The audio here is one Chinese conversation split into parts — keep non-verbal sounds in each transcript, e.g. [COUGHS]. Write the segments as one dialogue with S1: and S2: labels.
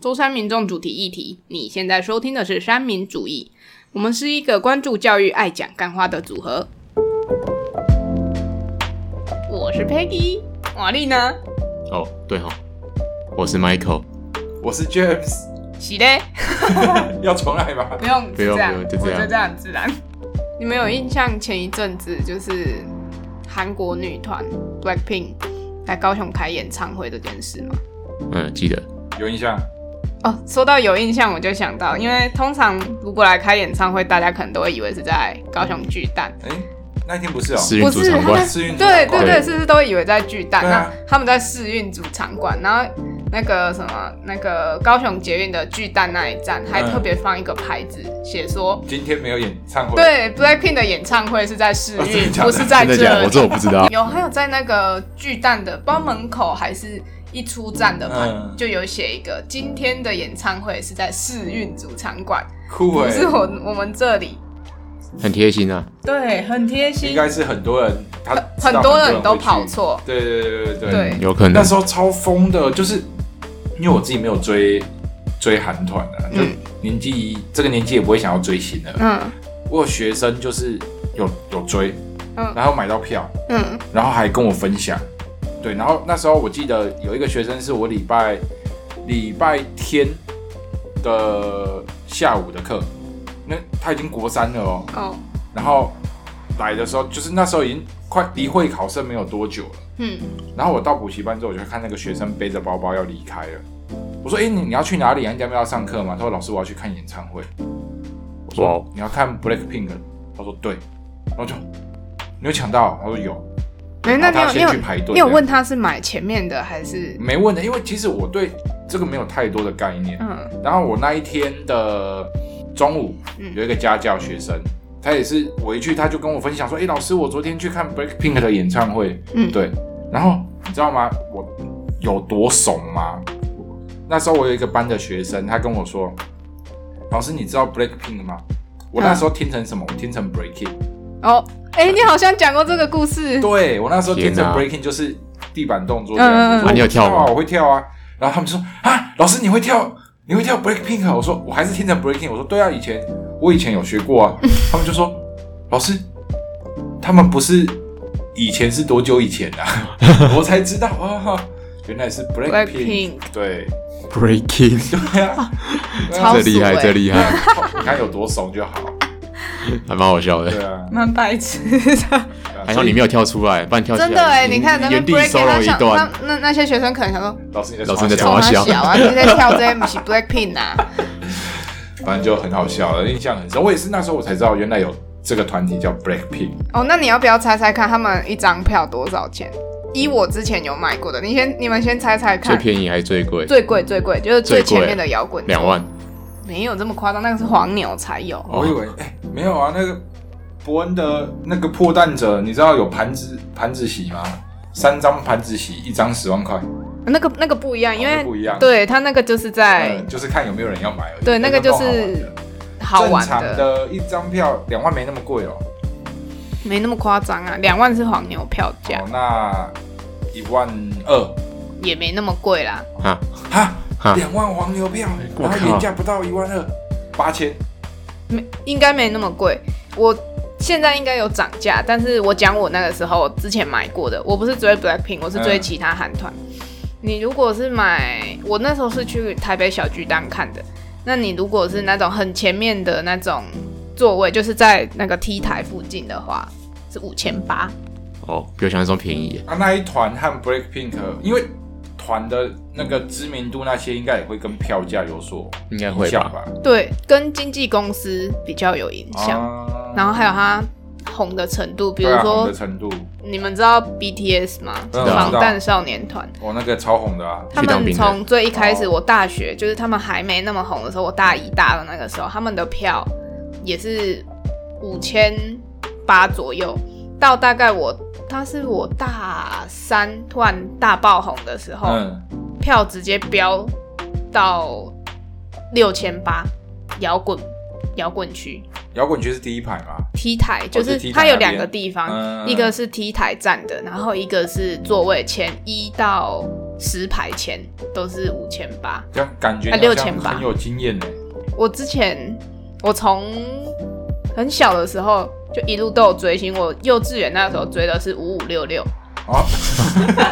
S1: 周三民众主题议题。你现在收听的是三民主义，我们是一个关注教育、爱讲干话的组合。我是 Peggy，瓦力呢？
S2: 哦，对哦，我是 Michael，
S3: 我是 James， [LAUGHS]
S1: 喜嘞，
S3: 要重来吗？
S1: 不用，
S2: 不用
S1: 就这样
S2: 不用就
S1: 我
S2: 这样
S1: 就这样自然。你们有印象前一阵子就是韩国女团 Blackpink 来高雄开演唱会这件事吗？
S2: 嗯，记得，
S3: 有印象？
S1: 哦，说到有印象，我就想到，因为通常如果来开演唱会，大家可能都会以为是在高雄巨蛋，
S3: 哎、那一天不是哦、
S2: 世运
S1: 不
S2: 主
S1: 是
S2: 场
S1: 他们
S2: 馆，
S3: 世运主场
S1: 对
S3: 馆
S1: 对对，
S2: 对
S1: 是不是都会以为在巨蛋？
S3: 对
S1: 那
S3: 啊
S1: 他们在世运主场馆，然后那个什么那个高雄捷运的巨蛋那一站，还
S3: 嗯
S1: 特别放一个牌子，写说。
S3: 今天没有演唱会，，
S1: 对，Blackpink 的演唱会是在世
S3: 哦 [LAUGHS] 真
S1: 运，
S3: 的假
S1: 不
S3: 的
S1: 是在
S2: 真的假
S1: 这
S2: 的？我
S1: 里。。
S2: 这我不知道
S1: 有，还有在那个巨蛋的包门口，还是一出站的牌，
S3: 嗯
S1: 就有写一个今天的演唱会是在世运主场馆。
S3: 酷
S1: 不
S3: 哎、
S1: 是我我们这里，
S2: [LAUGHS] 很贴心啊，
S1: 对，很贴
S3: 应
S1: 心，
S3: 该是很多人，他
S1: 很
S3: 知道
S1: 很多人
S3: 很
S1: 都
S3: 会去
S1: 跑错
S3: 对对对对对
S1: 对
S2: 嗯有可能
S3: 那时候超疯的，就是因为我自己没有追追韩团啊，就
S1: 嗯
S3: 年纪、这个年纪也不会想要追星的。
S1: 嗯
S3: 我有学生就是有有追，
S1: 嗯
S3: 然后买到票，
S1: 嗯
S3: 然后还跟我分享。对，然后那时候我记得有一个学生是我礼拜礼拜天的下午的课，那他已经国三了哦，
S1: 哦
S3: 然后来的时候就是那时候已经快离会考生没有多久了。
S1: 嗯
S3: 然后我到补习班之后，我就看那个学生背着包包要离开了。我说：“哎、你你要去哪里啊？你等一下要上课吗？”他说：“老师，我要去看演唱会。”我
S2: 哇
S3: 说：“
S2: 哦
S3: 你要看 Blackpink？” 他说：“对。”然后就你有抢到？他说有。
S1: 哎那
S3: 然后
S1: 你有你
S3: 他先
S1: 有
S3: 去排队。
S1: 你有问？他是买前面的还是
S3: 没问的，因为其实我对这个没有太多的概念。
S1: 嗯
S3: 然后我那一天的中午
S1: 嗯
S3: 有一个家教学生，他也是我一去他就跟我分享说：“哎、老师，我昨天去看 Blackpink 的演唱会。”
S1: 嗯
S3: 对，然后你知道吗？我有多怂吗？那时候我有一个班的学生，他跟我说：“老师，你知道 Blackpink 吗？”我那
S1: 嗯
S3: 时候听成什么？我听成 Breaking。
S1: 哦哎、你好像讲过这个故 [LAUGHS] 事
S2: 啊
S3: 对我那时候听成
S2: 天哪
S3: Breaking 就是地板动作这样
S1: 嗯嗯嗯
S3: 子。我说
S2: 啊你有跳吗
S3: 我啊？我会跳啊。然后他们说：“啊，老师你会跳？你会跳 Breaking 啊？”我说：“我还是听成 Breaking。”我说：“对啊，以前我以前有学过
S1: [LAUGHS]
S3: 啊。”他们就说：“老师，他们不是以前是多久以前啊？”
S1: [LAUGHS]
S3: 我才知道啊，原来是 Breaking。
S1: Blackpink
S3: 对
S2: Breaking，
S3: 对啊，对啊
S1: 超
S2: [LAUGHS] 这厉害，
S1: 欸
S2: 这厉害，
S3: 你看有多怂就好。
S2: 还蛮好笑
S3: 对
S1: [LAUGHS]
S2: 的。
S3: 啊，
S1: 蛮白痴的，
S3: 对啊
S2: 还好你没有跳出来，不然跳起来
S1: 真的哎、你看咱们
S2: 原地
S1: Breaking，他
S2: solo 一
S1: 想
S2: 段
S1: 那，那那些学生可能想说
S3: 老师你在
S2: 老师你在
S1: 哇
S2: 嘲
S3: 嘲笑
S2: 好笑
S1: 小啊，你在跳这些不是 Blackpink
S2: [LAUGHS]
S1: 啊，
S3: 反正就很好笑了，印象很深。我也是那时候我才知道，原来有这个团体叫 Blackpink。
S1: 哦，那你要不要猜猜看他们一张票多少钱？依我之前有买过的，你先你们先猜猜
S2: 最
S1: 看，
S2: 便宜还是最贵？
S1: 最贵最贵就是最
S2: 最贵
S1: 前面的摇滚
S2: 两万，哦
S1: 没有这么夸张，那个是黄牛才有。
S3: 我以为哎、没有啊，那个伯恩的那个破蛋者，你知道有盘子盘子席吗？三张盘子席，一张十万块，
S1: 那个那个不一样，因
S3: 哦
S1: 为
S3: 那不一样
S1: 对他那个就是在
S3: 嗯，就是看有没有人要买而已。
S1: 对那个就
S3: 弄好玩
S1: 是
S3: 的
S1: 好玩
S3: 正常
S1: 的，
S3: 的一张票两万没那么贵哦。
S1: 没那么夸张啊。两万是黄牛票价
S3: 哦，，那一万二
S1: 也没那么贵啦。
S2: 啊
S3: 哈，
S2: 哈，
S3: 两万黄牛票，
S2: 我
S3: 然
S2: 靠
S3: 后原价不到一万二，八千。
S1: 没，应该没那么贵。我现在应该有涨价，但是我讲我那个时候之前买过的，我不是追 Blackpink，我是追
S3: 嗯
S1: 其他韩团。你如果是买，我那时候是去台北小巨蛋看的，那你如果是那种很前面的那种座位，就是在那个 T 台附近的话，是五千八。
S2: 哦，比我想象中便宜耶。
S3: 啊，那一团和 Breakpink，因为团的那个知名度那些，应该也会跟票价有所
S2: 应该会吧
S3: 影响吧？
S1: 对，跟经纪公司比较有影响。
S3: 啊
S1: 然后还有它红的程度，比如
S3: 对啊红
S1: 说、
S3: 的程度，
S1: 你们知道 BTS 吗？
S3: 嗯
S1: 防
S3: 知道
S1: 弹少年团。
S3: 我哦那个超红的啊，
S1: 他
S2: 去当
S1: 们
S2: 兵的
S1: 从最一开始，
S3: 哦
S1: 我大学就是他们还没那么红的时候，我大一、大二那个时候，他们的票也是五千八左右，到大概我他是我大三突然大爆红的时候，
S3: 嗯，
S1: 票直接飙到六千八，摇滚摇滚区
S3: 摇滚区是第一排嘛，
S1: T 台，就
S3: 哦是
S1: 是
S3: T 台
S1: 它有
S3: 那
S1: 两
S3: 边
S1: 个地方，
S3: 嗯
S1: 一个是 T 台站的，然后一个是座位前一到十排前都是五千八。
S3: 这样感觉
S1: 啊
S3: 你好
S1: 6800
S3: 像
S1: 吧
S3: 很有经验呢。
S1: 我之前我从很小的时候就一路都有追星，我幼稚园那时候追的是五五六六，
S3: 啊，
S2: 哇，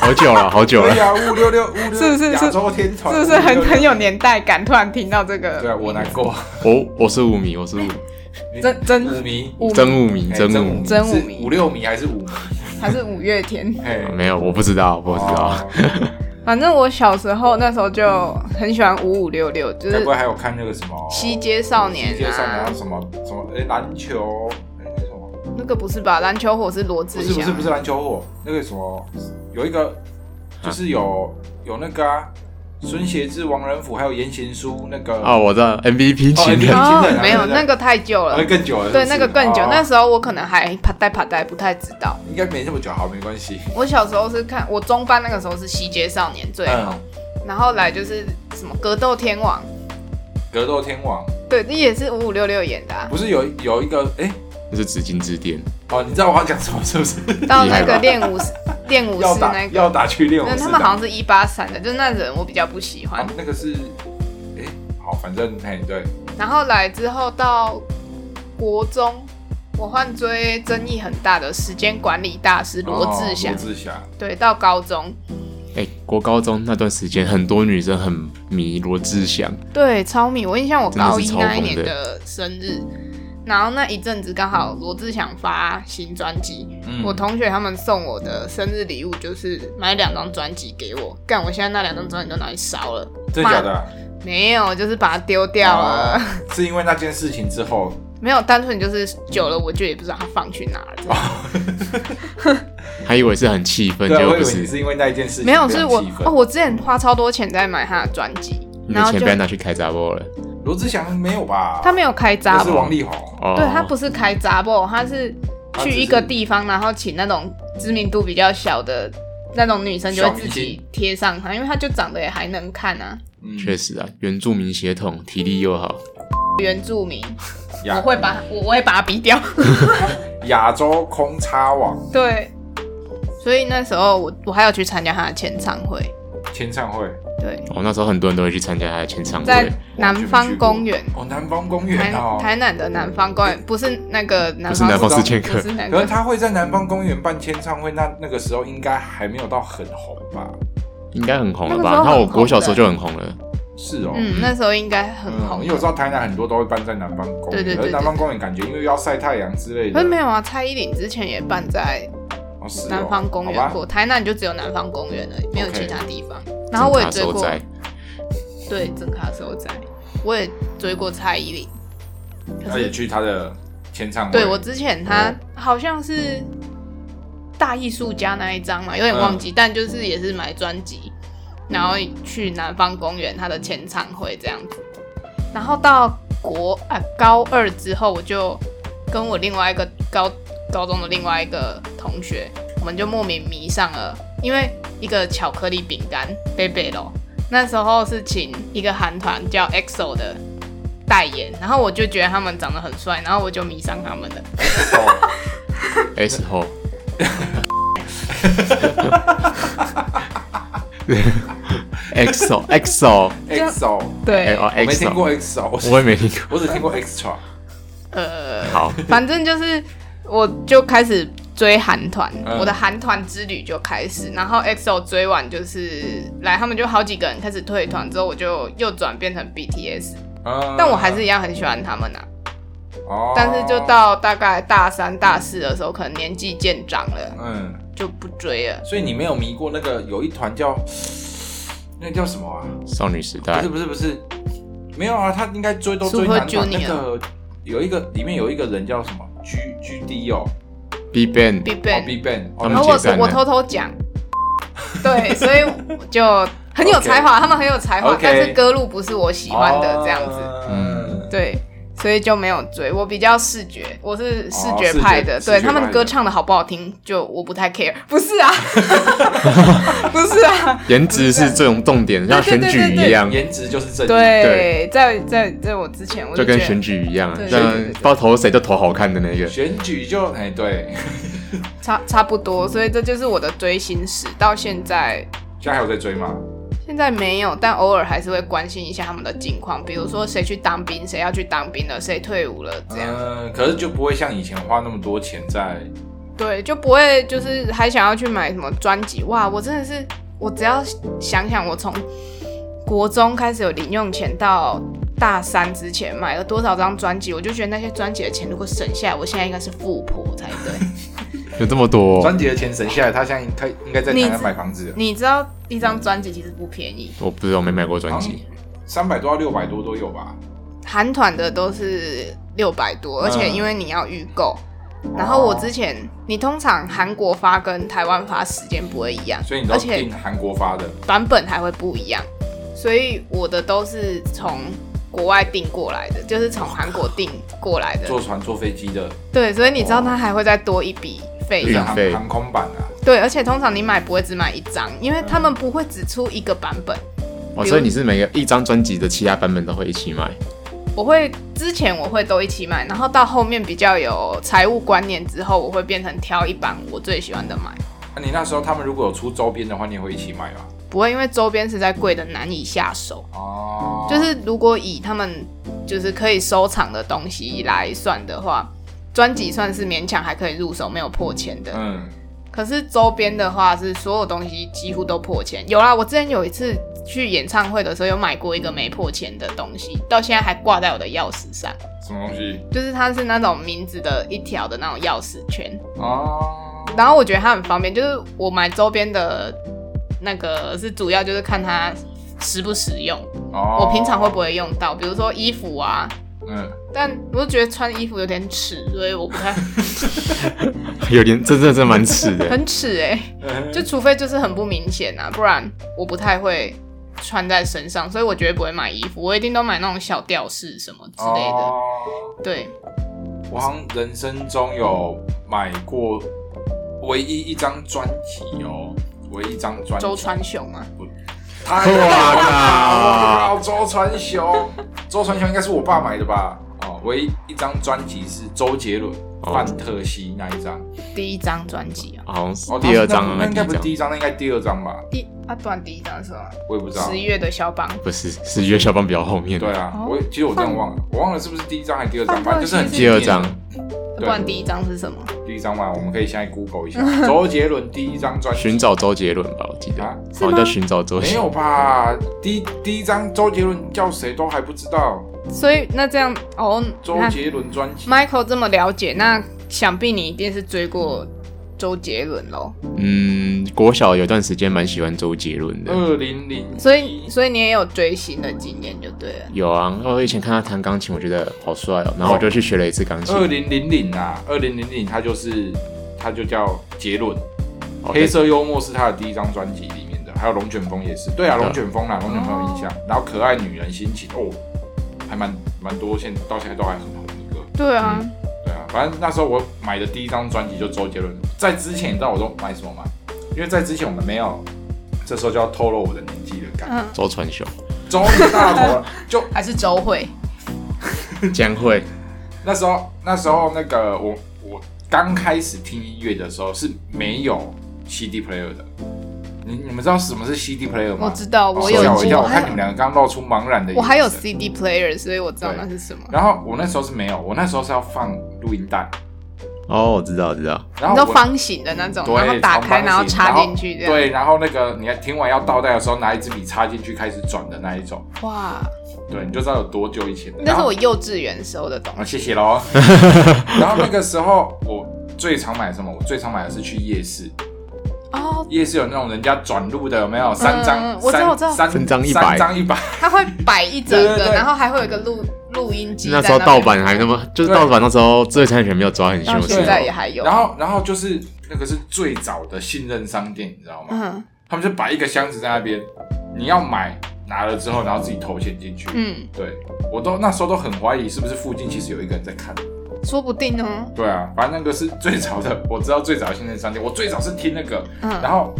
S2: 好久了，好久
S3: 对
S2: 了，
S3: 呀，五六六五六，
S1: 是不是
S3: 亚洲天团？
S1: 是不是很
S3: 566
S1: 很？有年代感？突然听到这
S3: 对
S1: 个，
S3: 啊，我难过。
S2: 我我是五迷，我是五
S1: [LAUGHS]
S3: 你
S1: 真真
S3: 五迷，
S1: 五
S2: 真五迷，
S3: 哎
S2: 真
S3: 真
S2: 五迷，
S1: 真五
S3: 是
S1: 迷
S3: 五六迷还是五迷？
S1: 还是五月天？
S3: 哎，
S2: 没有，我不知道，我不知道，
S3: 哦
S1: 反正我小时候那时候就很喜欢五五六六，就
S3: 该
S1: 是
S3: 不会还有看那个什么
S1: 西街少年
S3: 西街少年
S1: 啊
S3: 还有，什么什么？哎，篮球，哎那个什么？
S1: 那个不是吧？篮球火是罗志
S3: 不是不是
S1: 祥
S3: 不，是篮球火，那个什么，有一个就是有有那个啊，孙协志、王仁甫还有言行书那个
S2: 啊，，我知道 MVP 情
S3: 不
S2: 人
S3: 是，
S1: [LAUGHS] 哦
S3: 不是不是
S1: 没有
S3: 不是
S1: 那个太旧了
S3: 那，更久了是不
S1: 对
S3: 是，
S1: 那个更久
S3: 哦，
S1: 那时候我可能还啪带啪带不太知道。
S3: 应该没那么久，好没关系。
S1: 我小时候是看我中班那个时候是西街少年最红，
S3: 嗯，
S1: 然后来就是什么格斗天王，
S3: 格斗天王
S1: 对，那也是五五六六演的、啊。
S3: 不是有有一个哎
S2: 那是紫禁之巅，
S3: 哦，你知道我要讲什么
S1: [LAUGHS]
S3: 是不是？
S1: 到那个练武士，
S3: [LAUGHS]
S1: 练武
S3: 要
S1: 士
S3: 打
S1: 那个，
S3: 要打去练武
S1: 那
S3: 士
S1: 他们好
S3: 打，
S1: 像是一八三的，就是那人我比较不喜欢
S3: 啊。那个是哎好，反正哎对，
S1: 然后来之后到国中，我换追争议很大的时间管理大师罗志祥，
S3: 哦罗志祥
S1: 对，到高中，
S2: 哎，国高中那段时间，很多女生很迷罗志祥，
S1: 对，超迷。我印象我
S2: 真的是
S1: 高一
S2: 超
S1: 那一
S2: 红
S1: 年
S2: 的
S1: 的生日，然后那一阵子刚好罗志祥发新专辑，
S3: 嗯
S1: 我同学他们送我的生日礼物就是买两张专辑给我。干，我现在那两张专辑都拿去烧了，
S3: 真的假的啊？
S1: 没有，就是把它丢掉了。
S3: 哦是因为那件事情之后
S1: [LAUGHS] 没有，单纯就是久了，我就也不知道它放去哪了。
S2: 哦还以为是很气愤，
S3: 对
S2: 结
S3: 啊，
S2: 果
S3: 我以
S2: 不
S3: 为你
S2: 是，
S3: 是因为那一件事
S1: [LAUGHS]
S3: 情
S1: 没有，
S3: 非
S1: 是
S3: 常
S2: [LAUGHS]
S1: 我
S3: 气愤
S1: 哦，我之前花超多钱在买他的专辑，
S2: 你
S1: 然
S2: 的
S1: 后
S2: 钱
S1: 就
S2: 不要拿去开杂货了，
S3: 罗志祥没有吧？
S1: 他没有开闸
S3: 那
S1: 吧，
S3: 是王力宏。
S2: 哦，
S1: 对他不是开杂报，他是去一个地方，然后请那种知名度比较小的那种女生，就会自
S3: 小明
S1: 己贴上他，因为他就长得也还能看啊。
S3: 嗯
S2: 确实啊，原住民血统，体力又好，
S1: 原住民，我
S3: 亚
S1: 会把我我会把他逼掉。 [LAUGHS]
S3: 亚洲空插网
S1: 对，所以那时候我我还有去参加他的签唱会，
S3: 签唱会，
S1: 对，
S2: 哦，那时候很多人都会去参加他的签唱
S1: 在
S2: 会，
S1: 南方公园，
S3: 哦，南方公
S1: 台
S3: 园哦，
S1: 台南的南方公园，不是那个南
S2: 不是南
S1: 方
S2: 方
S3: 不
S2: 四
S3: 知道
S2: 千
S1: 不
S2: 克，
S1: 是那
S3: 可
S1: 个
S3: 是，他会在南方公园办签唱会，那那个时候应该还没有到很红吧？
S2: 应该很红
S1: 那
S2: 了
S1: 个时
S2: 吧？
S1: 候
S2: 那
S1: 很
S2: 我国小
S1: 红的
S2: 时候就很红了，
S3: 是哦，
S1: 嗯，那时候应该很
S3: 嗯
S1: 红
S3: 因为我知道台南很多都会办在南方公园，
S1: 对对对对
S3: 可是南方公园感觉因为要晒太阳之类
S1: 可
S3: 的，
S1: 是没有啊，蔡依林之前也办在
S3: 哦是哦
S1: 南方公
S3: 好
S1: 园
S3: 吧
S1: 过，台南就只有南方公园而已，没有
S3: OK
S1: 其他地方。然后我也
S2: 整
S1: 追
S2: 卡收
S1: 过，
S2: 窄
S1: 对，真卡收仔，我也追过蔡依林。
S3: 他也去他嗯的签唱会，
S1: 对我之前她好像是大艺术家那一张嘛，有点忘记，但就是也是买专辑，然后去南方公园她的签唱会这样子。然后到国啊高二之后，我就跟我另外一个高高中的另外一个同学，我们就莫名迷上了，因为一个巧克力饼干贝贝咯，那时候是请一个韩团叫 EXO 的代言，然后我就觉得他们长得很帅，然后我就迷上他们了。 [LAUGHS]
S3: 哦
S2: S 后，EXO EXO，
S3: EXO，
S2: 哎
S1: 对
S2: 哦
S3: 我没听
S2: EXO，
S3: 过 EXO，我只
S2: 我也没听过。
S3: 我只听过 EXTRA，
S1: 呃，
S2: 好，
S1: 反正就是我就开始追韩团，
S3: 嗯
S1: 我的韩团之旅就开始。然后 EXO 追完就是来，他们就好几个人开始退团之后，我就又转变成 BTS，
S3: 嗯
S1: 但我还是一样很喜欢他们啊。
S3: 哦，
S1: 但是就到大概大三、大四的时候，可能年纪渐长了，
S3: 嗯。
S1: 就不追了。
S3: 所以你没有迷过那个有一团叫那个叫什么啊？
S2: 少女时
S3: 不
S2: 代
S3: 是不是不是，没有啊，他应该追都追
S1: Super
S3: 男团
S1: Junior
S3: 那个有一个里面有一个人叫什么 G G D 哦
S2: ，B Ban，
S1: Big
S3: 哦
S1: Bang，
S3: B Ban，
S2: 他
S1: 然
S2: 们
S1: 后
S2: 解
S1: 我
S2: 散
S1: 我
S2: 了。
S1: 偷偷讲，对，所以我就很有才华，他们很有才华
S3: OK
S1: 但是歌路不是我喜欢
S3: 哦
S1: 的这样子，
S3: 嗯，
S1: 对，所以就没有追。我比较视觉，我是视
S3: 哦
S1: 觉
S3: 视觉
S1: 派的，
S3: 视
S1: 对
S3: 觉
S1: 他们
S3: 派
S1: 歌
S3: 的
S1: 唱的好不好听，就我不太
S3: [LAUGHS]
S1: care。不是啊，不是啊，
S2: 颜值是这种重点，像选举一样，
S3: 颜值就是正义，
S1: 对，在在在我之前，我
S2: 就跟
S1: 觉得
S2: 选举一样，
S1: 对
S2: 像
S1: 对对
S2: 不
S1: 对
S2: 知道投谁就投好看的那个。
S3: 选举就哎对，
S1: 差差不多，所以这就是我的追星史。到现在，
S3: 现在还有在追吗？
S1: 现在没有，但偶尔还是会关心一下他们的近况，比如说谁去当兵，谁要去当兵了，谁退伍了，这样。
S3: 嗯，可是就不会像以前花那么多钱在
S1: 对，就不会就是还想要去买什么专辑哇！我真的是，我只要想想，我从国中开始有零用钱到大三之前买了多少张专辑，我就觉得那些专辑的钱如果省下来，我现在应该是富婆才
S3: [LAUGHS]
S1: 对。
S2: 有这么多、
S3: 专辑的钱省下来，他现在他应该在台湾买房子了，
S1: 你知道一张专辑其实不便宜，
S2: 我不知道，我没买过专辑。哦
S3: 三百多到六百多都有吧？
S1: 韩团的都是六百多，而
S3: 嗯
S1: 且因为你要预购。然后我之前，你通常韩国发跟台湾发时间不会一样，
S3: 哦所以你
S1: 而
S3: 都
S1: 且
S3: 订韩国发的，
S1: 版本还会不一样，所以我的都是从国外订过来的，就是从韩国订过来的。
S3: 坐船坐飞机的，
S1: 对，所以你知道它还会再多一笔费
S3: 就是
S1: 用。
S2: 运
S3: 航
S2: 费
S3: 航空版啊，
S1: 对，而且通常你买不会只买一张，因为他们不会只出一个版本。
S2: 哦，所以你是每个一张专辑的其他版本都会一起买，
S1: 我会之前我会都一起买，然后到后面比较有财务观念之后，我会变成挑一版我最喜欢的买，
S3: 那啊你那时候他们如果有出周边的话，你也会一起买吗？
S1: 不会因为周边实在贵的难以下手。
S3: 哦，
S1: 就是如果以他们就是可以收藏的东西来算的话，专辑算是勉强还可以入手，没有破千的。
S3: 嗯，
S1: 可是周边的话，是所有东西几乎都破千。有啦，我之前有一次去演唱会的时候，有买过一个没破千的东西，到现在还挂在我的钥匙上，
S3: 什么东西？
S1: 就是它是那种名字的一条的那种钥匙圈。
S3: 哦，
S1: 然后我觉得它很方便，就是我买周边的那个是主要就是看它实不实用，
S3: 哦
S1: 我平常会不会用到，比如说衣服啊，
S3: 嗯，
S1: 但我就觉得穿衣服有点耻，所以我不太
S2: [LAUGHS]
S1: [LAUGHS]
S2: 有点这真的真蛮耻
S3: [LAUGHS]
S2: 的。
S1: 很耻哎、就除非就是很不明显啊，不然我不太会穿在身上，所以我绝对不会买衣服，我一定都买那种小吊饰什么之类的。
S3: 哦
S1: 对，
S3: 我好像人生中有买过唯一一张专辑哦，唯一一张专辑。
S1: 周传雄啊嘛，
S3: 太
S2: 哇
S3: 哇靠！周传雄，周传雄应该是我爸买的吧？哦，唯一一张专辑是周杰伦
S2: 哦
S3: 《范特西》那一张。
S1: 第一张专辑啊，
S2: 好像是
S3: 哦，
S2: 第二张
S3: 那
S2: 啊，
S3: 应
S2: 第
S3: 该
S2: 一
S3: 不是
S2: 张
S3: 第一张，那应该第二张吧？
S1: 第啊，不然第一张是什么？
S3: 我也不知道
S1: 十。月的肖邦，
S2: 不是是约小邦比较后面的。
S3: 对啊，我也其实我真的忘了，我忘了是不是第一张还是第二张，
S1: 范
S3: 反
S1: 特
S3: 正
S1: 西
S3: 就是很
S2: 第二张
S3: 经典
S1: 不然第一张是什么？
S3: 第一张嘛，我们可以现在 Google
S2: [LAUGHS]
S3: 一下周杰伦第一张专辑
S2: 寻找周杰伦吧，我记得
S3: 啊，
S1: 是
S2: 好
S1: 吗
S2: 像叫寻找周杰
S3: 没有吧？第第一张周杰伦叫谁都还不知道，
S1: 所以那这样哦，
S3: 周
S1: 那
S3: 杰伦专
S2: 啊
S3: 辑
S1: Michael 这么了解，那想必你一定是追过周杰伦喽。
S2: 嗯，国小有段时间蛮喜欢周杰伦的。
S3: 二零零一，
S1: 所以，所以你也有追星的经验就对了。
S2: 有啊，我以前看他弹钢琴，我觉得好帅哦，然后我就去学了一次钢琴。
S3: 二零零零啊，二零零零他就是他就叫杰伦，
S2: 哦
S3: 黑色幽默是他的第一张专辑里面的，还有龙卷风也是，对啊，
S2: 对
S3: 龙卷风啦，龙卷风有印象，然后可爱女人心情哦，还蛮蛮多，现到现在都还很红的歌。
S1: 对啊，
S3: 对啊，反正那时候我买的第一张专辑就周杰伦，在之前你知道我都买什么吗？因为在之前我们没有，这时候就要透露我的年纪了，感
S1: 嗯，
S2: 周传雄、
S3: 终于大头了，就
S1: 还是周慧，
S2: 江蕙，
S3: 那时候那时候那个我我刚开始听音乐的时候是没有 CD player 的，你你们知道什么是 CD player 吗？
S1: 我知道，
S3: 哦
S1: 我有
S3: 吓
S1: 过，
S3: 我一跳，
S1: 我
S3: 我看你
S1: 还
S3: 们两个刚露出茫然的眼神，
S1: 我还有 CD player，所以我知道那是什么。
S3: 然后我那时候是没有，我那时候是要放录音带，
S2: [LAUGHS] 哦，我知道，我知道，
S3: 然
S1: 你
S3: 后
S1: 知道
S3: 我
S1: 方形的那种，
S3: 对，
S1: 然后打
S3: 长
S1: 开，
S3: 方
S1: 然后
S3: 形
S1: 插进去这样。
S3: 对，然后那个你看听完要倒带的时候，拿一支笔插进去开始转的那一种，
S1: 哇，
S3: 对，你就知道有多久以前的。
S1: 那
S3: 然
S1: 是
S3: 后
S1: 我幼稚园时候的东
S3: 啊，
S1: 西。
S3: 谢谢
S1: [LAUGHS]
S3: 喽。然后那个时候我最常买什么？我最常买的是去夜市，啊
S1: 哦，
S3: 夜市有那种人家转路的，有没有？三张，
S1: 嗯我知道
S3: 三
S1: 我知道
S3: 三
S2: 三张100
S3: 三张一百，
S1: 它会摆一整
S3: 对对
S1: 个，
S3: 对
S1: 然后还会有一个录录音机。
S2: 那时候盗版还那，么，就是
S3: 对
S2: 盗版那时候知识产权没有抓很凶
S1: 到，
S2: 是
S1: 现
S2: 吗
S1: 在也还有。
S3: 然后然后就是那个是最早的信任商店，你知道吗？
S1: 嗯
S3: 他们就摆一个箱子在那边，你要买拿了之后，然后自己投钱进去。
S1: 嗯，
S3: 对我都那时候都很怀疑是不是附近其实有一个人在看。
S1: 说不定哦。
S3: 对啊，反正那个是最早的，我知道最早的新人商店，我最早是听那个，然
S1: 嗯
S3: 后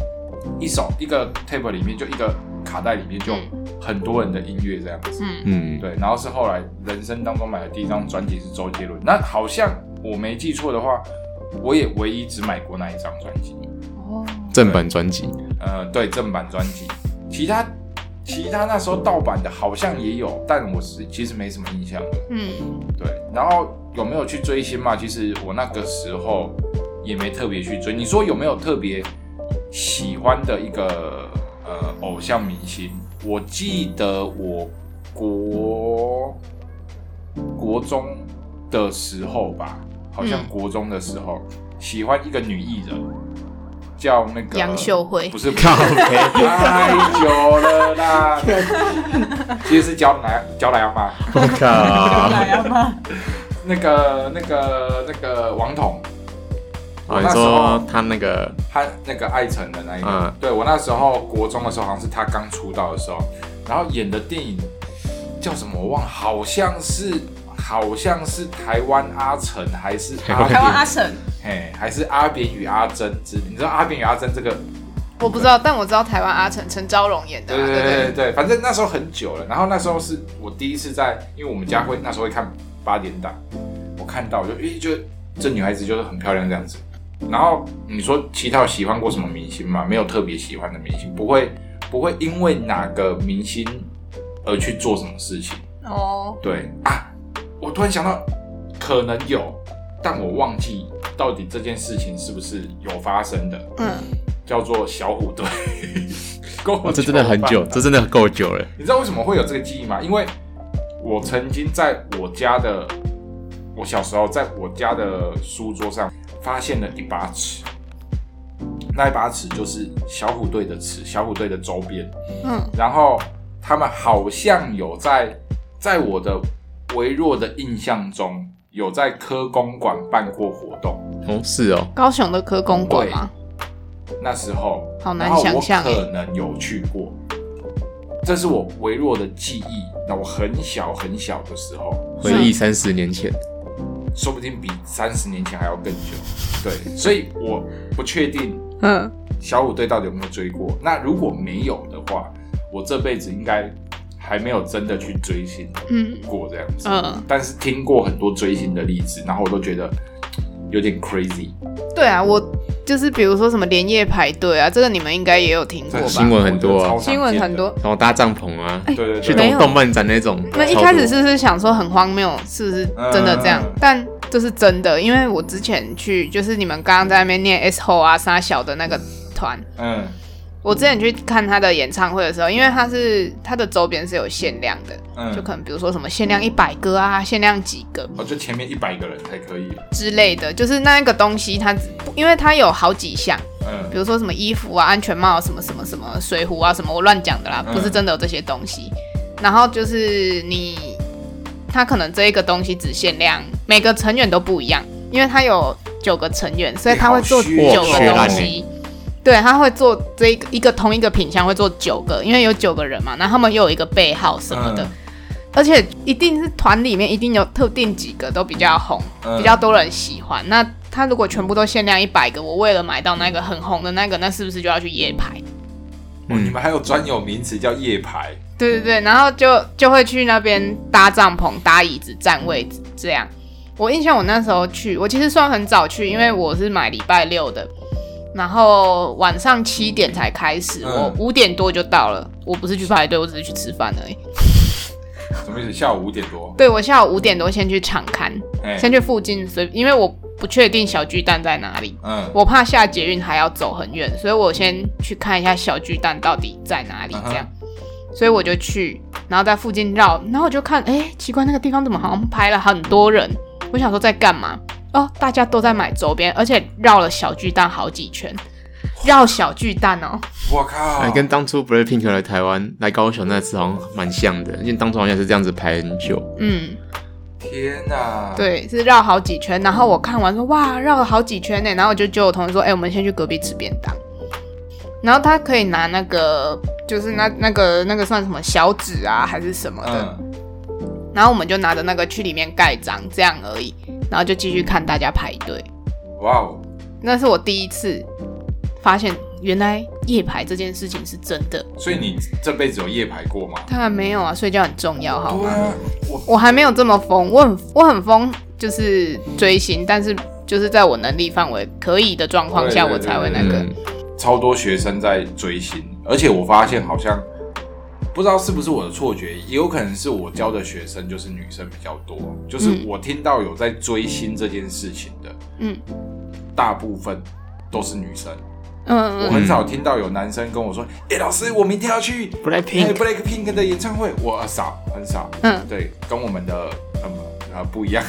S3: 一首一个 tape 里面就一个卡带里面就很多人的音乐这样子，
S1: 嗯，
S2: 嗯，
S3: 对，然后是后来人生当中买的第一张专辑是周杰伦，那好像我没记错的话，我也唯一只买过那一张专辑。
S1: 哦，
S2: 正版
S1: [LAUGHS]
S2: 专辑，
S3: 呃，对，正版专辑，其他其他那时候盗版的好像也有，但我是其实没什么印象了。
S1: 嗯，
S3: 对，然后有没有去追星嘛？其实我那个时候也没特别去追。你说有没有特别喜欢的一个呃偶像明星？我记得我国国中的时候吧，好像
S1: 嗯
S3: 国中的时候、喜欢一个女艺人，叫那个
S1: 杨秀慧
S3: 不是靠背，太久了啦。其实是焦莱焦莱昂吧。
S2: 我 [LAUGHS] 靠！
S3: 那个、那个、那个王彤，我
S2: 哦，
S3: 那
S2: 你
S3: 时候
S2: 说他那个
S3: 他那个艾辰的那一个，
S2: 嗯
S3: 对我那时候国中的时候，好像是他刚出道的时候，然后演的电影叫什么我忘了，好像是好像是台湾阿成还是
S4: 台
S3: 阿
S4: 湾
S3: 扁，
S4: 阿婶，
S3: 嘿，还是阿扁与阿珍之，你知道阿扁与阿珍这个？
S1: 我不知道，但我知道台湾阿成陈昭荣演的
S3: 对
S1: 啊，
S3: 对
S1: 对
S3: 对
S1: 对，
S3: 对对，反正那时候很久了，然后那时候是我第一次在，因为我们家会那时候会看八点档，我看到我就诶，就这女孩子就是很漂亮这样子。然后你说其他有喜欢过什么明星吗？没有特别喜欢的明星，不会不会因为哪个明星而去做什么事情。
S1: 哦，
S3: 对啊，我突然想到，可能有，但我忘记到底这件事情是不是有发生的，
S1: 嗯，
S3: 叫做小虎队。 [LAUGHS] 够
S2: 哦哇，这真的很
S3: 吧
S2: 久，这真的够久了。
S3: 你知道为什么会有这个记忆吗？因为我曾经在我家的，我小时候在我家的书桌上发现了一把尺，那一把尺就是小虎队的尺，小虎队的周边。
S1: 嗯，
S3: 然后他们好像有在，在我的微弱的印象中，有在科公馆办过活动。
S2: 哦，是哦，
S1: 高雄的科公馆吗？
S3: 那时候，
S1: 好难
S3: 然后
S1: 想象欸
S3: 我可能有去过，这是我微弱的记忆。那我很小很小的时候，
S2: 回忆三十年前，
S3: 说不定比三十年前还要更久。对，所以我不确定
S1: 嗯，
S3: 小虎队到底有没有追过。那如果没有的话，我这辈子应该还没有真的去追星
S1: 嗯
S3: 过这样子。
S1: 嗯，
S3: 但是听过很多追星的例子，然后我都觉得有点 crazy。
S1: 对啊，我就是比如说什么连夜排队啊，这个你们应该也有听过
S3: 这
S1: 吧？
S2: 新闻很多啊
S3: 我觉得超常见的
S1: 新闻很多，
S2: 然后搭帐篷啊，
S3: 对对
S2: 去
S3: 对，
S1: 没
S2: 动
S1: 有
S2: 动漫展那种。
S1: 那一
S2: 超
S1: 开
S2: 多
S1: 始是不是想说很荒谬，是不是真的这样？
S3: 嗯
S1: 但这是真的，因为我之前去就是你们刚刚在那边念 S h o 啊、沙小的那个团，
S3: 嗯
S1: 我之前去看他的演唱会的时候，因为他是他的周边是有限量的，
S3: 嗯，
S1: 就可能比如说什么限量一百个啊、限量几个
S3: 哦，就前面一百个人才可以。
S1: 之类的，就是那个东西它只，因为它有好几项，
S3: 嗯
S1: 比如说什么衣服啊、安全帽、什么什么什么水壶啊、什么，我乱讲的啦，
S3: 嗯
S1: 不是真的有这些东西。然后就是你，它可能这一个东西只限量，每个成员都不一样，因为它有九个成员，所以它会做
S3: 你好
S1: 九个
S2: 虚哦
S1: 东
S2: 学烂
S1: 西。对，它会做这一个一个同一个品相会做九个，因为有九个人嘛，然后他们又有一个背号什么的，
S3: 嗯
S1: 而且一定是团里面一定有特定几个都比较红，
S3: 嗯
S1: 比较多人喜欢。那他如果全部都限量一百个，我为了买到那个很红的那个，那是不是就要去夜排？
S3: 哦，
S2: 嗯
S3: 你们还有专有名词叫夜排，
S1: 对对
S3: 嗯
S1: 对，然后就就会去那边搭帐篷、搭椅子、占位置这样。我印象我那时候去，我其实算很早去，因为我是买礼拜六的，然后晚上七点才开始，
S3: 嗯
S1: 我五点多就到了。我不是去排队，我只是去吃饭而已。
S3: 什么意思？下午五点多，
S1: 对我下午五点多先去场刊，
S3: 哎、
S1: 先去附近随，因为我不确定小巨蛋在哪里，
S3: 嗯，
S1: 我怕下捷运还要走很远，所以我先去看一下小巨蛋到底在哪里，这样。所以我就去，然后在附近绕，然后我就看，哎、奇怪，那个地方怎么好像排了很多人？我想说在干嘛？哦，大家都在买周边，而且绕了小巨蛋好几圈，绕小巨蛋哦。
S3: 我靠，
S2: 哎，跟当初 Blackpink 来台湾来高雄那次好像蛮像的，因为当初好像是这样子排很久。
S1: 嗯，
S3: 天哪、啊，，
S1: 对，是绕好几圈。然后我看完说，哇，绕了好几圈呢。然后我就叫我同事说，哎、我们先去隔壁吃便当。然后他可以拿那个，就是那那个那个算什么小纸啊，还是什么的。
S3: 嗯，
S1: 然后我们就拿着那个去里面盖章，这样而已。然后就继续看大家排队。
S3: 哇哦，
S1: 那是我第一次发现，原来夜排这件事情是真的。
S3: 所以你这辈子有夜排过吗？
S1: 当然没有啊，睡觉很重要，好
S3: 对
S1: 吗？
S3: 啊，我
S1: 我还没有这么疯，我很我很疯，就是追星，但是就是在我能力范围可以的状况下，
S3: 对对
S1: 我才会那
S3: 对
S1: 个。
S2: 嗯
S3: 超多学生在追星，而且我发现好像不知道是不是我的错觉，也有可能是我教的学生就是女生比较多，就是
S1: 嗯
S3: 我听到有在追星这件事情的，
S1: 嗯
S3: 大部分都是女生，
S1: 嗯
S3: 我
S1: 嗯
S3: 很少听到有男生跟我说：“哎、老师，我明天要去哎
S2: Blackpink
S3: Black Pink 的演唱会。”我呃少很少，
S1: 嗯。
S3: 对，跟我们的嗯呃不一样，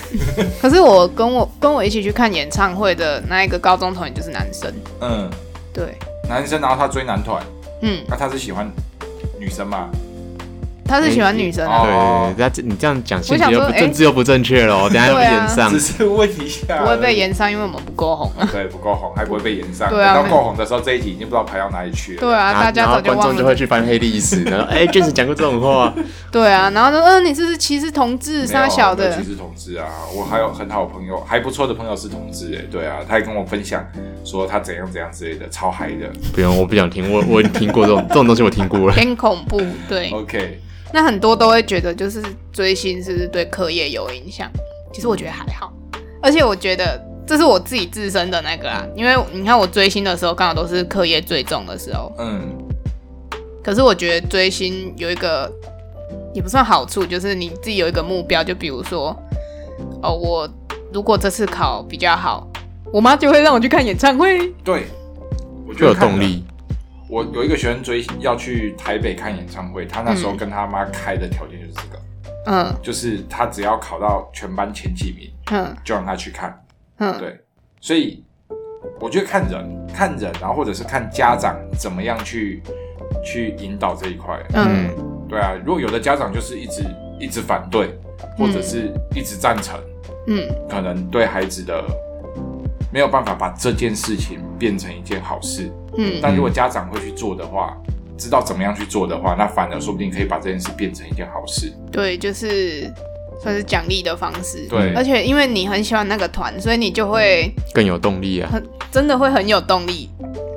S1: 可是我跟我跟我一起去看演唱会的那一个高中同学就是男生，
S3: 嗯，
S1: 对，
S3: 男生然后他追男团，
S1: 嗯，
S3: 那他是喜欢女生嘛？
S1: 他是喜欢女
S2: 哎
S1: 生啊。
S3: 哦
S2: 对，那这你这样讲，性
S1: 我想
S2: 质又不
S1: 说哎
S2: 政治又不正确了，等下又被
S1: 对啊
S2: 延上
S3: 只。是问一下，
S1: 不会被延上，因为我们不够红啊。
S3: 对不够红，还不会被延上。
S1: 对啊
S3: 等
S1: 没
S3: 到够红的时候，这一题已经不知道排到哪里去了。
S1: 对啊，
S2: 然后
S1: 大家
S2: 然
S1: 早
S2: 后
S1: 就
S2: 观
S1: 忘
S2: 众
S1: 了
S2: 就。会去翻黑历 [LAUGHS] 史，然后哎，卷子讲过这种话， [LAUGHS]
S1: 对啊，然后说，嗯、你是不是歧视同志
S3: 没有啊，
S1: 杀小
S3: 我没
S1: 的
S3: 有？歧视同志啊！我还有很好的朋友，还不错的朋友是同志哎、对啊，他也跟我分享说他怎样怎样之类的，超嗨的。
S2: 不用，我不想听，我我已经听过这种这种东西，我听过了。
S1: 偏恐怖，对。
S3: OK，
S1: 那很多都会觉得，就是追星是不是对课业有影响？其实我觉得还好，而且我觉得这是我自己自身的那个啊啦，因为你看我追星的时候，刚好都是课业最重的时候。
S3: 嗯，
S1: 可是我觉得追星有一个也不算好处，就是你自己有一个目标，就比如说，哦，我如果这次考比较好，我妈就会让我去看演唱会。
S3: 对，我觉
S2: [LAUGHS] 就
S3: 得
S2: 有
S3: 看
S2: 动
S3: 了
S2: 力。
S3: 我有一个学生追要去台北看演唱会，他那
S2: 嗯
S3: 时候跟他妈开的条件就是这个，
S1: 嗯
S3: 就是他只要考到全班前几名，
S1: 嗯
S3: 就让他去看。
S1: 嗯，
S3: 对，所以我觉得看人，看人，啊然后或者是看家长怎么样去去引导这一块。
S1: 嗯
S2: 嗯，
S3: 对啊，如果有的家长就是一直一直反对，或
S2: 嗯
S3: 者是一直赞成，
S1: 嗯
S3: 可能对孩子的没有办法把这件事情变成一件好事。
S1: 嗯
S3: 但如果家长会去做的话，知道怎么样去做的话，那反而说不定可以把这件事变成一件好事。
S1: 对，就是算是奖励的方式。
S3: 对嗯
S1: 而且因为你很喜欢那个团，所以你就会
S2: 更有动力啊。
S1: 很真的会很有动力，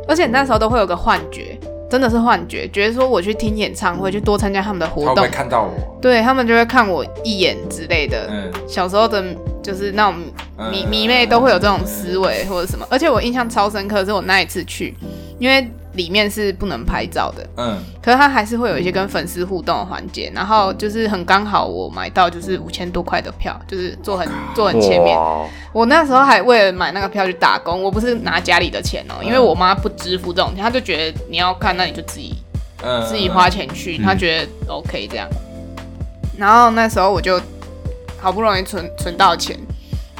S1: 而且你那时候都会有个幻觉，真的是幻觉，觉得说我去听演唱会，去多参加他们的
S3: 他
S1: 活
S3: 会不
S1: 动
S3: 会，看到我？
S1: 对他们就会看我一眼之类的。
S3: 嗯，
S1: 小时候的，就是那种
S3: 嗯
S1: 迷迷妹都会有这种思维或者什么，而且我印象超深刻，是我那一次去，因为里面是不能拍照的，
S3: 嗯
S1: 可是它还是会有一些跟粉丝互动的环节，然后就是很刚好我买到就是五千多块的票，就是坐很坐很前面。
S2: 哇，
S1: 我那时候还为了买那个票去打工，我不是拿家里的钱
S3: 嗯
S1: 哦、因为我妈不支付这种钱，她就觉得你要看那你就自己
S3: 嗯，
S1: 自己花钱去，
S2: 嗯
S1: 她觉得 OK 这样。然后那时候我就好不容易存存到钱，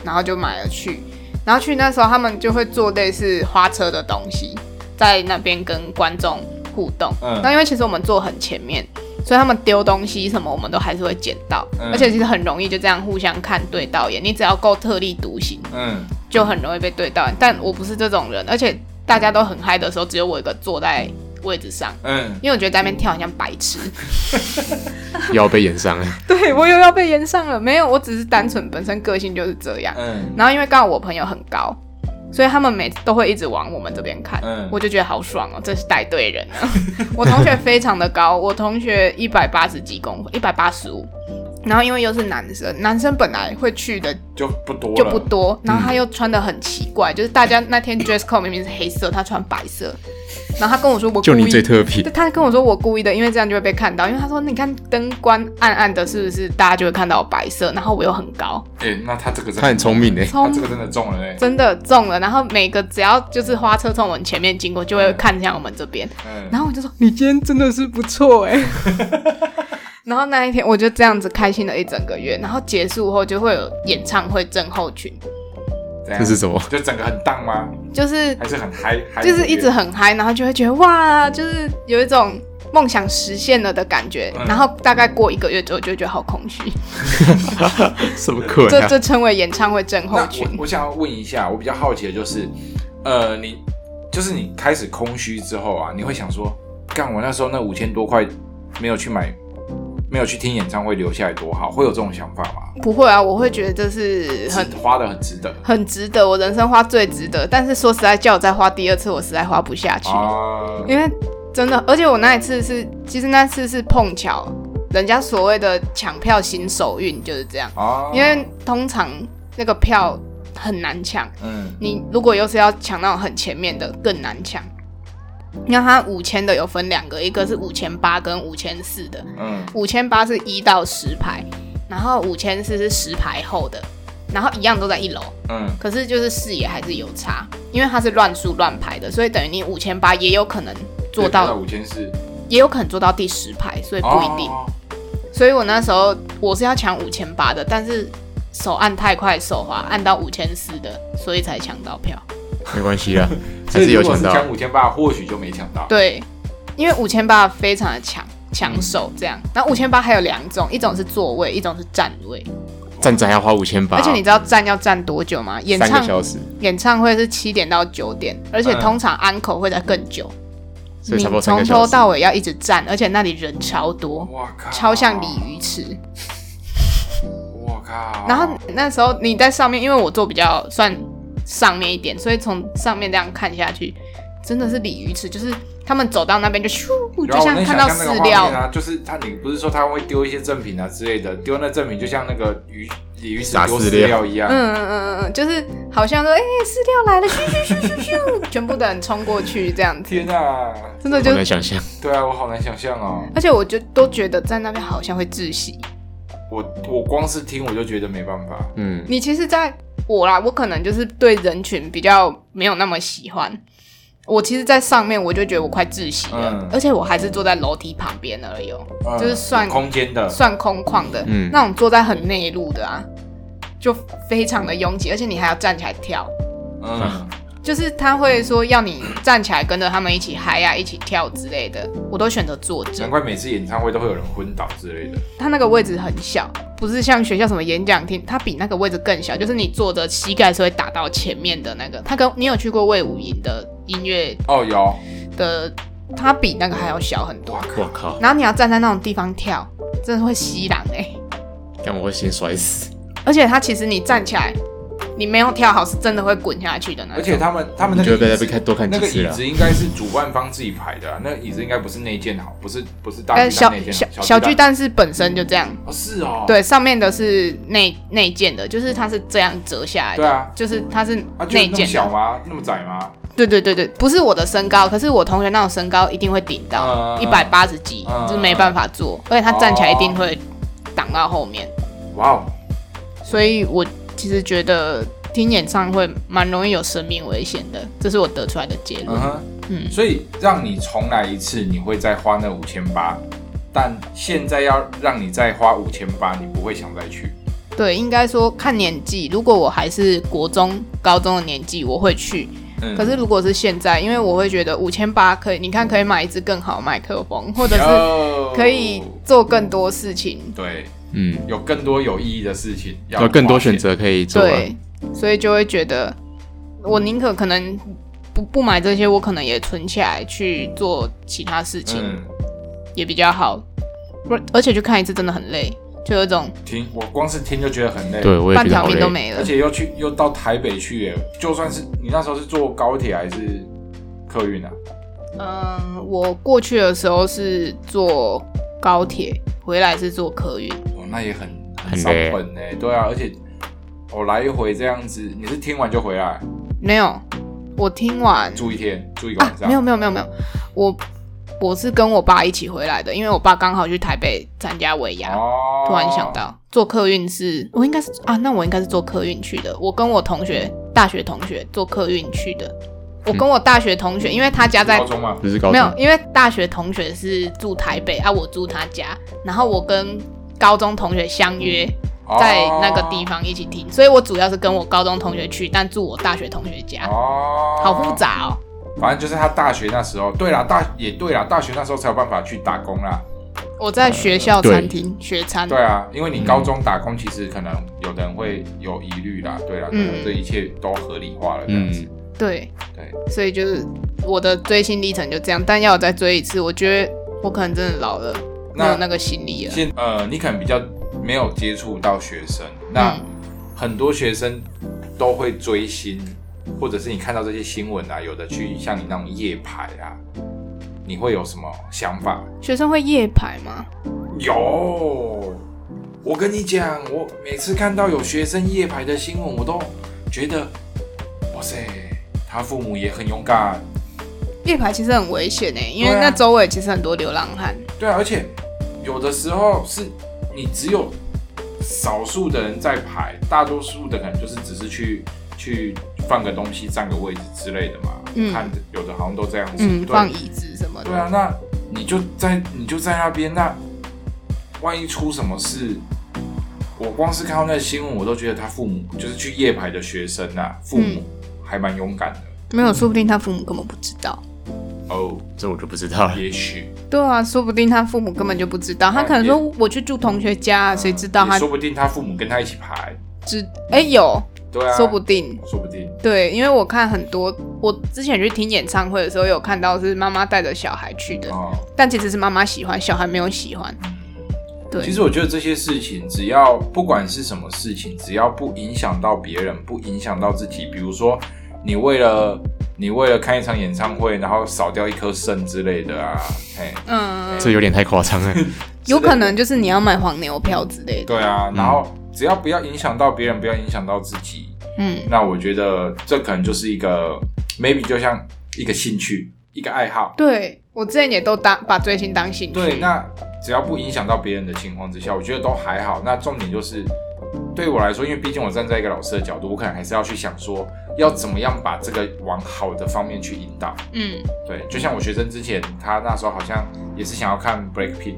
S1: 然后就买了去，然后去那时候他们就会做类似花车的东西，在那边跟观众互动。
S3: 嗯
S1: 那因为其实我们坐很前面，所以他们丢东西什么，我们都还是会捡到，
S3: 嗯
S1: 而且其实很容易就这样互相看对到眼，你只要够特立独行，
S3: 嗯
S1: 就很容易被对到眼。但我不是这种人，而且大家都很嗨的时候，只有我一个坐在位置上。
S3: 嗯，
S1: 因为我觉得在那边跳很像白痴，
S2: 又要被演上了。
S1: [LAUGHS] 对我又要被延上了。没有，我只是单纯本身个性就是这样。
S3: 嗯
S1: 然后因为刚好我朋友很高，所以他们每次都会一直往我们这边看，
S3: 嗯
S1: 我就觉得好爽哦，真是带队人 [LAUGHS] 啊！我同学非常的高，我同学一百八十几公分，一百八十五。然后因为又是男生，男生本来会去的
S3: 就不多了，
S1: 就不多，然后他又穿的很奇怪，就是大家那
S2: [COUGHS]
S1: 天 dress code 明明是黑色，他穿白色，然后他跟我说我
S2: 就你
S1: 故意
S2: 最特
S1: [LAUGHS]
S2: 别
S1: 对，他跟我说我故意的，因为这样就会被看到。因为他说你看灯关暗暗的，是不是大家就会看到我白色？然后我又很高，
S3: 哎、那他这个真
S2: 他
S3: 的
S2: 很聪明欸诶，
S1: 超
S3: 他这个真的中了哎、
S1: 真的中了，然后每个只要就是花车从我们前面经过，就会看向我们这边，
S3: 嗯，
S1: 然后我就说你今天真的是不错
S2: [LAUGHS]
S1: 哎、然后那一天我就这样子开心了一整个月，然后结束后就会有演唱会症候群，
S3: 怎样
S2: 这是什么？
S3: 就整个很荡吗？
S1: 就是
S3: 还是很嗨？嗨
S1: 就是一直很嗨，然后就会觉得哇，就是有一种梦想实现了的感觉，
S3: 嗯
S1: 然后大概过一个月之后就会觉得好空虚，
S2: [LAUGHS] 什么鬼
S1: 这
S2: 啊？
S1: 这称为演唱会症候
S3: 那
S1: 群
S3: 我。我想要问一下，我比较好奇的就是，呃，你就是你开始空虚之后啊，你会想说，干我那时候那五千多块没有去买，没有去听演唱会留下来多好，会有这种想法吗？
S1: 不会啊，我会觉得这是很
S3: 很花的很值得
S1: 很值得，我人生花最值得。但是说实在，叫我再花第二次，我实在花不下去，
S3: 啊，
S1: 因为真的，而且我那一次是，其实那次是碰巧，人家所谓的抢票新手运就是这样，
S3: 啊
S1: 因为通常那个票。很难抢。
S3: 嗯，
S1: 你如果又是要抢那种很前面的，更难抢。那它五千的有分两个，一个是五千八跟五千四的。
S3: 嗯，
S1: 五千八是一到十排，然后五千四是十排后的，然后一样都在一楼，
S3: 嗯，
S1: 可是就是视野还是有差，因为它是乱数乱排的，所以等于你五千八也有可能做
S3: 对
S1: 到，
S3: 五千四，
S1: 也有可能做到第十排，所以不一定。
S3: 哦
S1: 所以我那时候我是要抢五千八的，但是手按太快手滑，按到五千四的，所以才抢到票。
S2: 没关 [LAUGHS] 系啦，还
S3: 所
S2: 是
S3: 以
S2: 有
S3: 如果
S2: 抢
S3: 是
S2: 到。
S3: 抢五千八，或许就没抢到。
S1: 对，因为五千八非常的抢抢手，这样。然后五千八还有两种，一种是座位，一种是站位。
S2: 站着还要花五千八，
S1: 而且你知道站要站多久吗？演
S2: 三
S1: 唱
S2: 个小时，
S1: 演唱会是七点到九点，而且
S3: 嗯
S1: 通常安口会在更久。
S2: 所以
S1: 你
S2: 差不多三
S1: 从
S2: 个
S1: 头
S2: 小时。
S1: 到尾要一直站，而且那里人超多，
S3: 哇靠，
S1: 超像鲤鱼池。
S3: 我靠，
S1: 然后那时候你在上面，因为我坐比较算上面一点，所以从上面这样看下去，真的是鲤鱼池，就是他们走到那边就咻，
S3: 然
S1: 就
S3: 后我
S1: 像
S3: 能
S1: 看
S3: 想
S1: 到
S3: 象那个
S1: 饲
S3: 画面
S1: 料。
S3: 啊，就是他，你不是说他会丢一些赠品啊之类的，丢那赠品就像那个鱼鲤鱼池
S2: 撒
S3: 丢
S2: 饲
S3: 饲
S2: 料
S3: 料一样，
S1: 嗯嗯嗯嗯，就是好像说，哎、饲料来了，咻咻咻咻 [LAUGHS] 咻，全部的人冲过去这样子，
S3: 天啊，
S1: 真的就
S2: 我能想象，
S3: 对啊，我好难想象哦，
S1: 而且我就都觉得在那边好像会窒息。
S3: 我我光是听我就觉得没办法，
S2: 嗯，
S1: 你其实在我啦，我可能就是对人群比较没有那么喜欢。我其实，在上面我就觉得我快窒息了，
S3: 嗯
S1: 而且我还是坐在楼梯旁边而已、哦，
S3: 嗯
S1: 就是算
S3: 有空间的，
S1: 算空旷的，
S2: 嗯
S1: 那种坐在很内陆的啊，就非常的拥挤，而且你还要站起来跳，
S3: 嗯，
S1: 就是他会说要你站起来跟着他们一起嗨呀、一起跳之类的，我都选择坐着
S3: 难。怪每次演唱会都会有人昏倒之类的，
S1: 他那个位置很小，不是像学校什么演讲厅，它比那个位置更小，就是你坐着膝盖是会打到前面的那个。他跟你有去过魏武营的音乐
S3: 哦有，
S1: 嗯的，它比那个还要小很多
S3: 哇。
S2: 我
S3: 靠，
S2: 靠，
S1: 然后你要站在那种地方跳，真的会吸狼哎、
S2: 但我会先摔死。
S1: 而且它其实你站起来，你没有跳好，是真的会滚下去的那
S3: 而
S1: 种。
S3: 且他们他们那
S2: 你就会
S3: 个
S2: 被他
S3: 椅子
S2: 被看多看
S3: 那
S2: 几
S3: 个
S2: 次
S3: 椅
S2: 了
S3: 子应该是主办方自己排的啊，那个椅子应该不是那一件好，不是不是大
S1: 呃，
S3: 巨蛋
S1: 小
S3: 那一件
S1: 小
S3: 好，
S1: 小
S3: 巨
S1: 巨蛋是本身就这样，
S3: 哦是哦，，
S1: 对，上面的是内内建的，就是它是这样折下来的，
S3: 对啊
S1: 就是它是
S3: 啊就
S1: 内
S3: 那么
S1: 建的，
S3: 小吗？那么窄吗？
S1: 对对对对，不是我的身高，可是我同学那种身高一定会顶到
S3: 嗯
S1: 一百八十几，
S3: 嗯
S1: 就是没办法做，而且他站起来一定会挡到后面，
S3: 哇哦，
S1: 所以我其实觉得听演唱会蛮容易有生命危险的，这是我得出来的结论
S3: 嗯。哼，
S1: 嗯
S3: 所以让你重来一次，你会再花那五千八，但现在要让你再花五千八，你不会想再去。
S1: 对，应该说看年纪，如果我还是国中、高中的年纪，我会去。
S3: 嗯
S1: 可是如果是现在，因为我会觉得五千八可以，你看可以买一支更好的麦克风，或者是
S3: 有
S1: 可以做更多事情。
S3: 对，
S2: 嗯，
S3: 有更多有意义的事情，要
S2: 有更多
S3: 花钱
S2: 选。择可以做啊。
S1: 对，所以就会觉得我宁可可能不不买这些，我可能也存起来去做其他事情、
S3: 嗯，
S1: 也比较好。不，而且去看一次真的很累，就有一种
S3: 听我光是听就觉得很累。
S2: 对，，我也
S1: 半
S2: 觉得
S1: 条
S2: 好
S1: 命
S2: 累
S1: 都。没
S3: 而
S1: 了。
S3: 且又去又到台北去耶，就算是你那时候是坐高铁还是客运啊？
S1: 嗯，我过去的时候是坐高铁，回来是坐客运。
S3: 哦，那也很
S2: 很
S3: 少
S2: 累
S3: 本呢。对啊，而且我来一回这样子，你是听完就回来，
S1: 没有，我听完
S3: 住一天，住一个
S1: 啊
S3: 晚，上。
S1: 没有没有没有没有，我我是跟我爸一起回来的，因为我爸刚好去台北参加尾牙。
S3: 哦，
S1: 突然想，到，坐客运是我应该是啊，那我应该是坐客运去的。我跟我同学，大学同学坐客运去的。我跟我大学同学，因为他家在
S3: 高中嘛，
S2: 不是高
S1: 没有
S2: 中，，
S1: 因为大学同学是住台北啊，我住他家，然后我跟高中同学相约
S3: 哦
S1: 在那个地方一起听，所以我主要是跟我高中同学去，但住我大学同学家，
S3: 哦，
S1: 好复。杂哦。
S3: 反正就是他大学那时候，对啦，大也对啦，大学那时候才有办法去打工啦。
S1: 我在学校
S2: 对
S1: 餐厅学餐，
S3: 对啊，因为你高中打工，其实可能有的人会有疑虑啦。对啦，
S1: 嗯
S3: 对啦这一切都合理化了这样子。
S2: 嗯，
S1: 对，
S3: 对，
S1: 所以就是我的追星历程就这样，但要我再追一次，我觉得我可能真的老了，没有那
S3: 那
S1: 个心力了。
S3: 现呃，你可能比较没有接触到学生，那
S1: 嗯
S3: 很多学生都会追星，或者是你看到这些新闻啊，有的去像你那种夜排啊，你会有什么想法？
S1: 学生会夜排吗？
S3: 有，我跟你讲，我每次看到有学生夜排的新闻，我都觉得，哇塞，他父母也很勇敢，
S1: 夜排其实很危险呢、因为
S3: 对啊
S1: 那周围其实很多流浪汉。
S3: 对啊，而且有的时候是你只有少数的人在排，大多数的可能就是只是去去放个东西、占个位置之类的嘛。
S1: 嗯
S3: 看有的好像都这样子，
S1: 嗯，
S3: 对
S1: 放椅子什么
S3: 对
S1: 的。
S3: 啊，那你就在你就在那边，那万一出什么事，我光是看到那个新闻，我都觉得他父母就是去夜排的学生啊，父母
S1: 嗯
S3: 还蛮勇敢的
S1: 没有，说不定他父母根本不知道。
S3: 哦，
S2: 这我就不知道了。
S3: 也许
S1: 对啊，说不定他父母根本就不知道，他可能说我去住同学家，啊谁知道
S3: 哎嗯也
S1: 他
S3: 说不定他父母跟他一起排，
S1: 知？哎、有，
S3: 对啊，
S1: 说不定。
S3: 说不定，
S1: 对，因为我看很多，我之前去听演唱会的时候有看到是妈妈带着小孩去的，
S3: 哦。
S1: 但其实是妈妈喜欢，小孩没有喜欢。对，
S3: 其实我觉得这些事情，只要不管是什么事情，只要不影响到别人，不影响到自己，比如说你为了你为了看一场演唱会，然后少掉一颗肾之类的啊，嘿，
S1: 嗯，
S2: 这有点太夸张了。 [LAUGHS]
S1: 有可能就是你要买黄牛票之类的。
S3: 对啊，然后只要不要影响到别人，不要影响到自己，
S1: 嗯，
S3: 那我觉得这可能就是一个 maybe 就像一个兴趣，一个爱好。
S1: 对我之前也都当把追星当兴趣。
S3: 对，那只要不影响到别人的情况之下，我觉得都还好。那重点就是，对我来说，因为毕竟我站在一个老师的角度，我可能还是要去想说，要怎么样把这个往好的方面去引导。
S1: 嗯，
S3: 对，就像我学生之前，他那时候好像也是想要看 Breaking，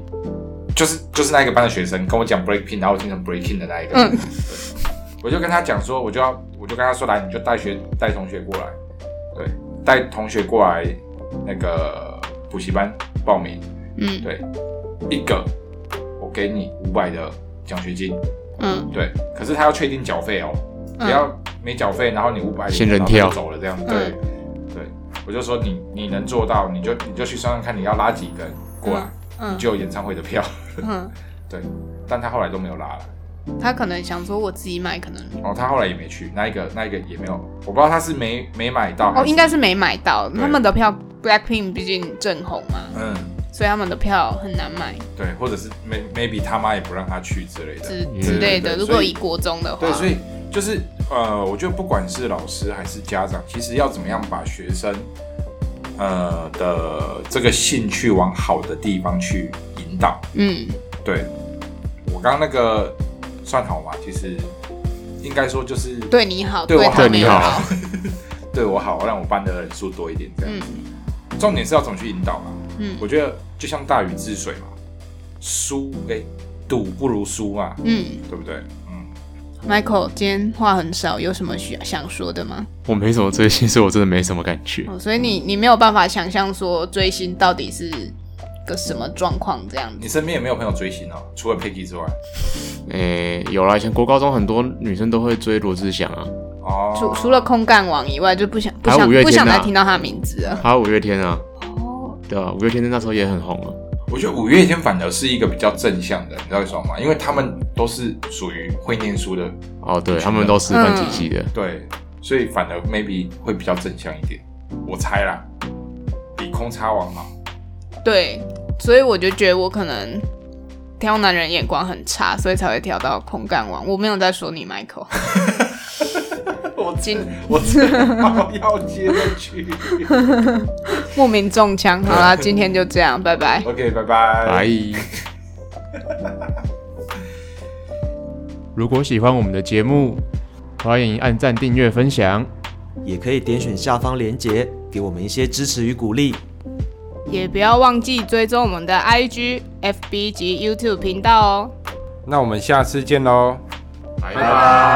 S3: 就是就是那一个班的学生跟我讲 Breaking，然后我听成 Breaking 的那一个，
S1: 嗯
S3: 对我就跟他讲说，我就要我就跟他说，来，你就带学带同学过来，对，带同学过来那个补习班报名，
S1: 嗯
S3: 对，一个我给你五百的奖学金，
S1: 嗯
S3: 对，可是他要确定缴费哦，
S1: 嗯
S3: 不要没缴费，然后你五百
S2: 仙人跳
S3: 走了这样，对、
S1: 嗯
S3: 对，我就说你你能做到，你就你就去算算看你要拉几个人过来，
S1: 嗯
S3: 你就有演唱会的票， [LAUGHS]
S1: 嗯，
S3: 但他后来都没有拉了，
S1: 他可能想说我自己买，可能
S3: 然后他后来也没去，那一个那一个也没有，我不知道他是没没买到还
S1: 哦，应该是没买到
S3: 对
S1: 他们的票。Blackpink 毕竟正红嘛，
S3: 嗯。
S1: 所以他们的票很难买
S3: 对，或者是 may- maybe 他妈也不让他去之类的，
S1: 之
S2: 嗯
S1: 之类的。
S3: 对对
S1: 如果
S3: 所以
S1: 以国中的话，
S3: 对，所以就是呃，我觉得不管是老师还是家长，其实要怎么样把学生呃的这个兴趣往好的地方去引导。
S1: 嗯，
S3: 对我刚刚那个算好吗？其实应该说就是
S1: 哦对你好，
S3: 对我好
S1: 他
S2: 对
S1: 没
S2: 你
S1: 有
S2: 好，
S3: [LAUGHS] 对我好，让我班的人数多一点这样。
S1: 嗯
S3: 重点是要怎么去引导嘛？
S1: 嗯
S3: 我觉得就像大禹治水嘛，输哎赌不如输嘛，
S1: 嗯
S3: 对不对？嗯，
S1: ，Michael 今天话很少，有什么需想说的吗？
S2: 我没什么追星，所以我真的没什么感觉。
S1: 哦，所以你你没有办法想象说追星到底是个什么状况这样
S3: 你
S1: 子。
S3: 身边也没有朋友追星哦，除了 Peggy 之外。
S1: 嗯
S2: 诶、有啦，以前国高中很多女生都会追罗志祥啊，
S3: 哦，
S1: 除除了空干王以外，就不想不
S2: 还有
S1: 想
S2: 五月
S1: 不
S2: 天
S1: 想
S2: 啊呐
S1: 再听到他的名字了。
S2: 还有五月天啊，
S1: 嗯哦，
S2: 对啊，五月天那时候也很红啊。
S3: 我觉得五月天反而是一个比较正向的，你知道为什么吗？因为他们都是属于会念书的，
S2: 哦，对，他们都师范体系
S4: 嗯
S2: 的，
S3: 对，所以反而 maybe 会比较正向一点，我猜啦，比空插
S1: [LAUGHS]
S3: 王好。
S1: 对，所以我就觉得我可能挑男人眼光很差，所以才会挑到空干王。我没有在说你，Michael。
S3: 我
S1: 今
S2: [LAUGHS]
S3: [LAUGHS] 我知道要接下去。
S1: 莫名中枪。好啦，今天就这样，拜拜。
S3: [LAUGHS] OK，拜拜。
S2: 哎、
S4: [LAUGHS] 如果喜欢我们的节目，欢迎按赞、订阅、分享。
S5: 也可以点选下方链接，给我们一些支持与鼓励。
S1: 也不要忘记追踪我们的 IG、FB 及 YouTube 频道哦。
S3: 那我们下次见喽。
S2: 拜拜。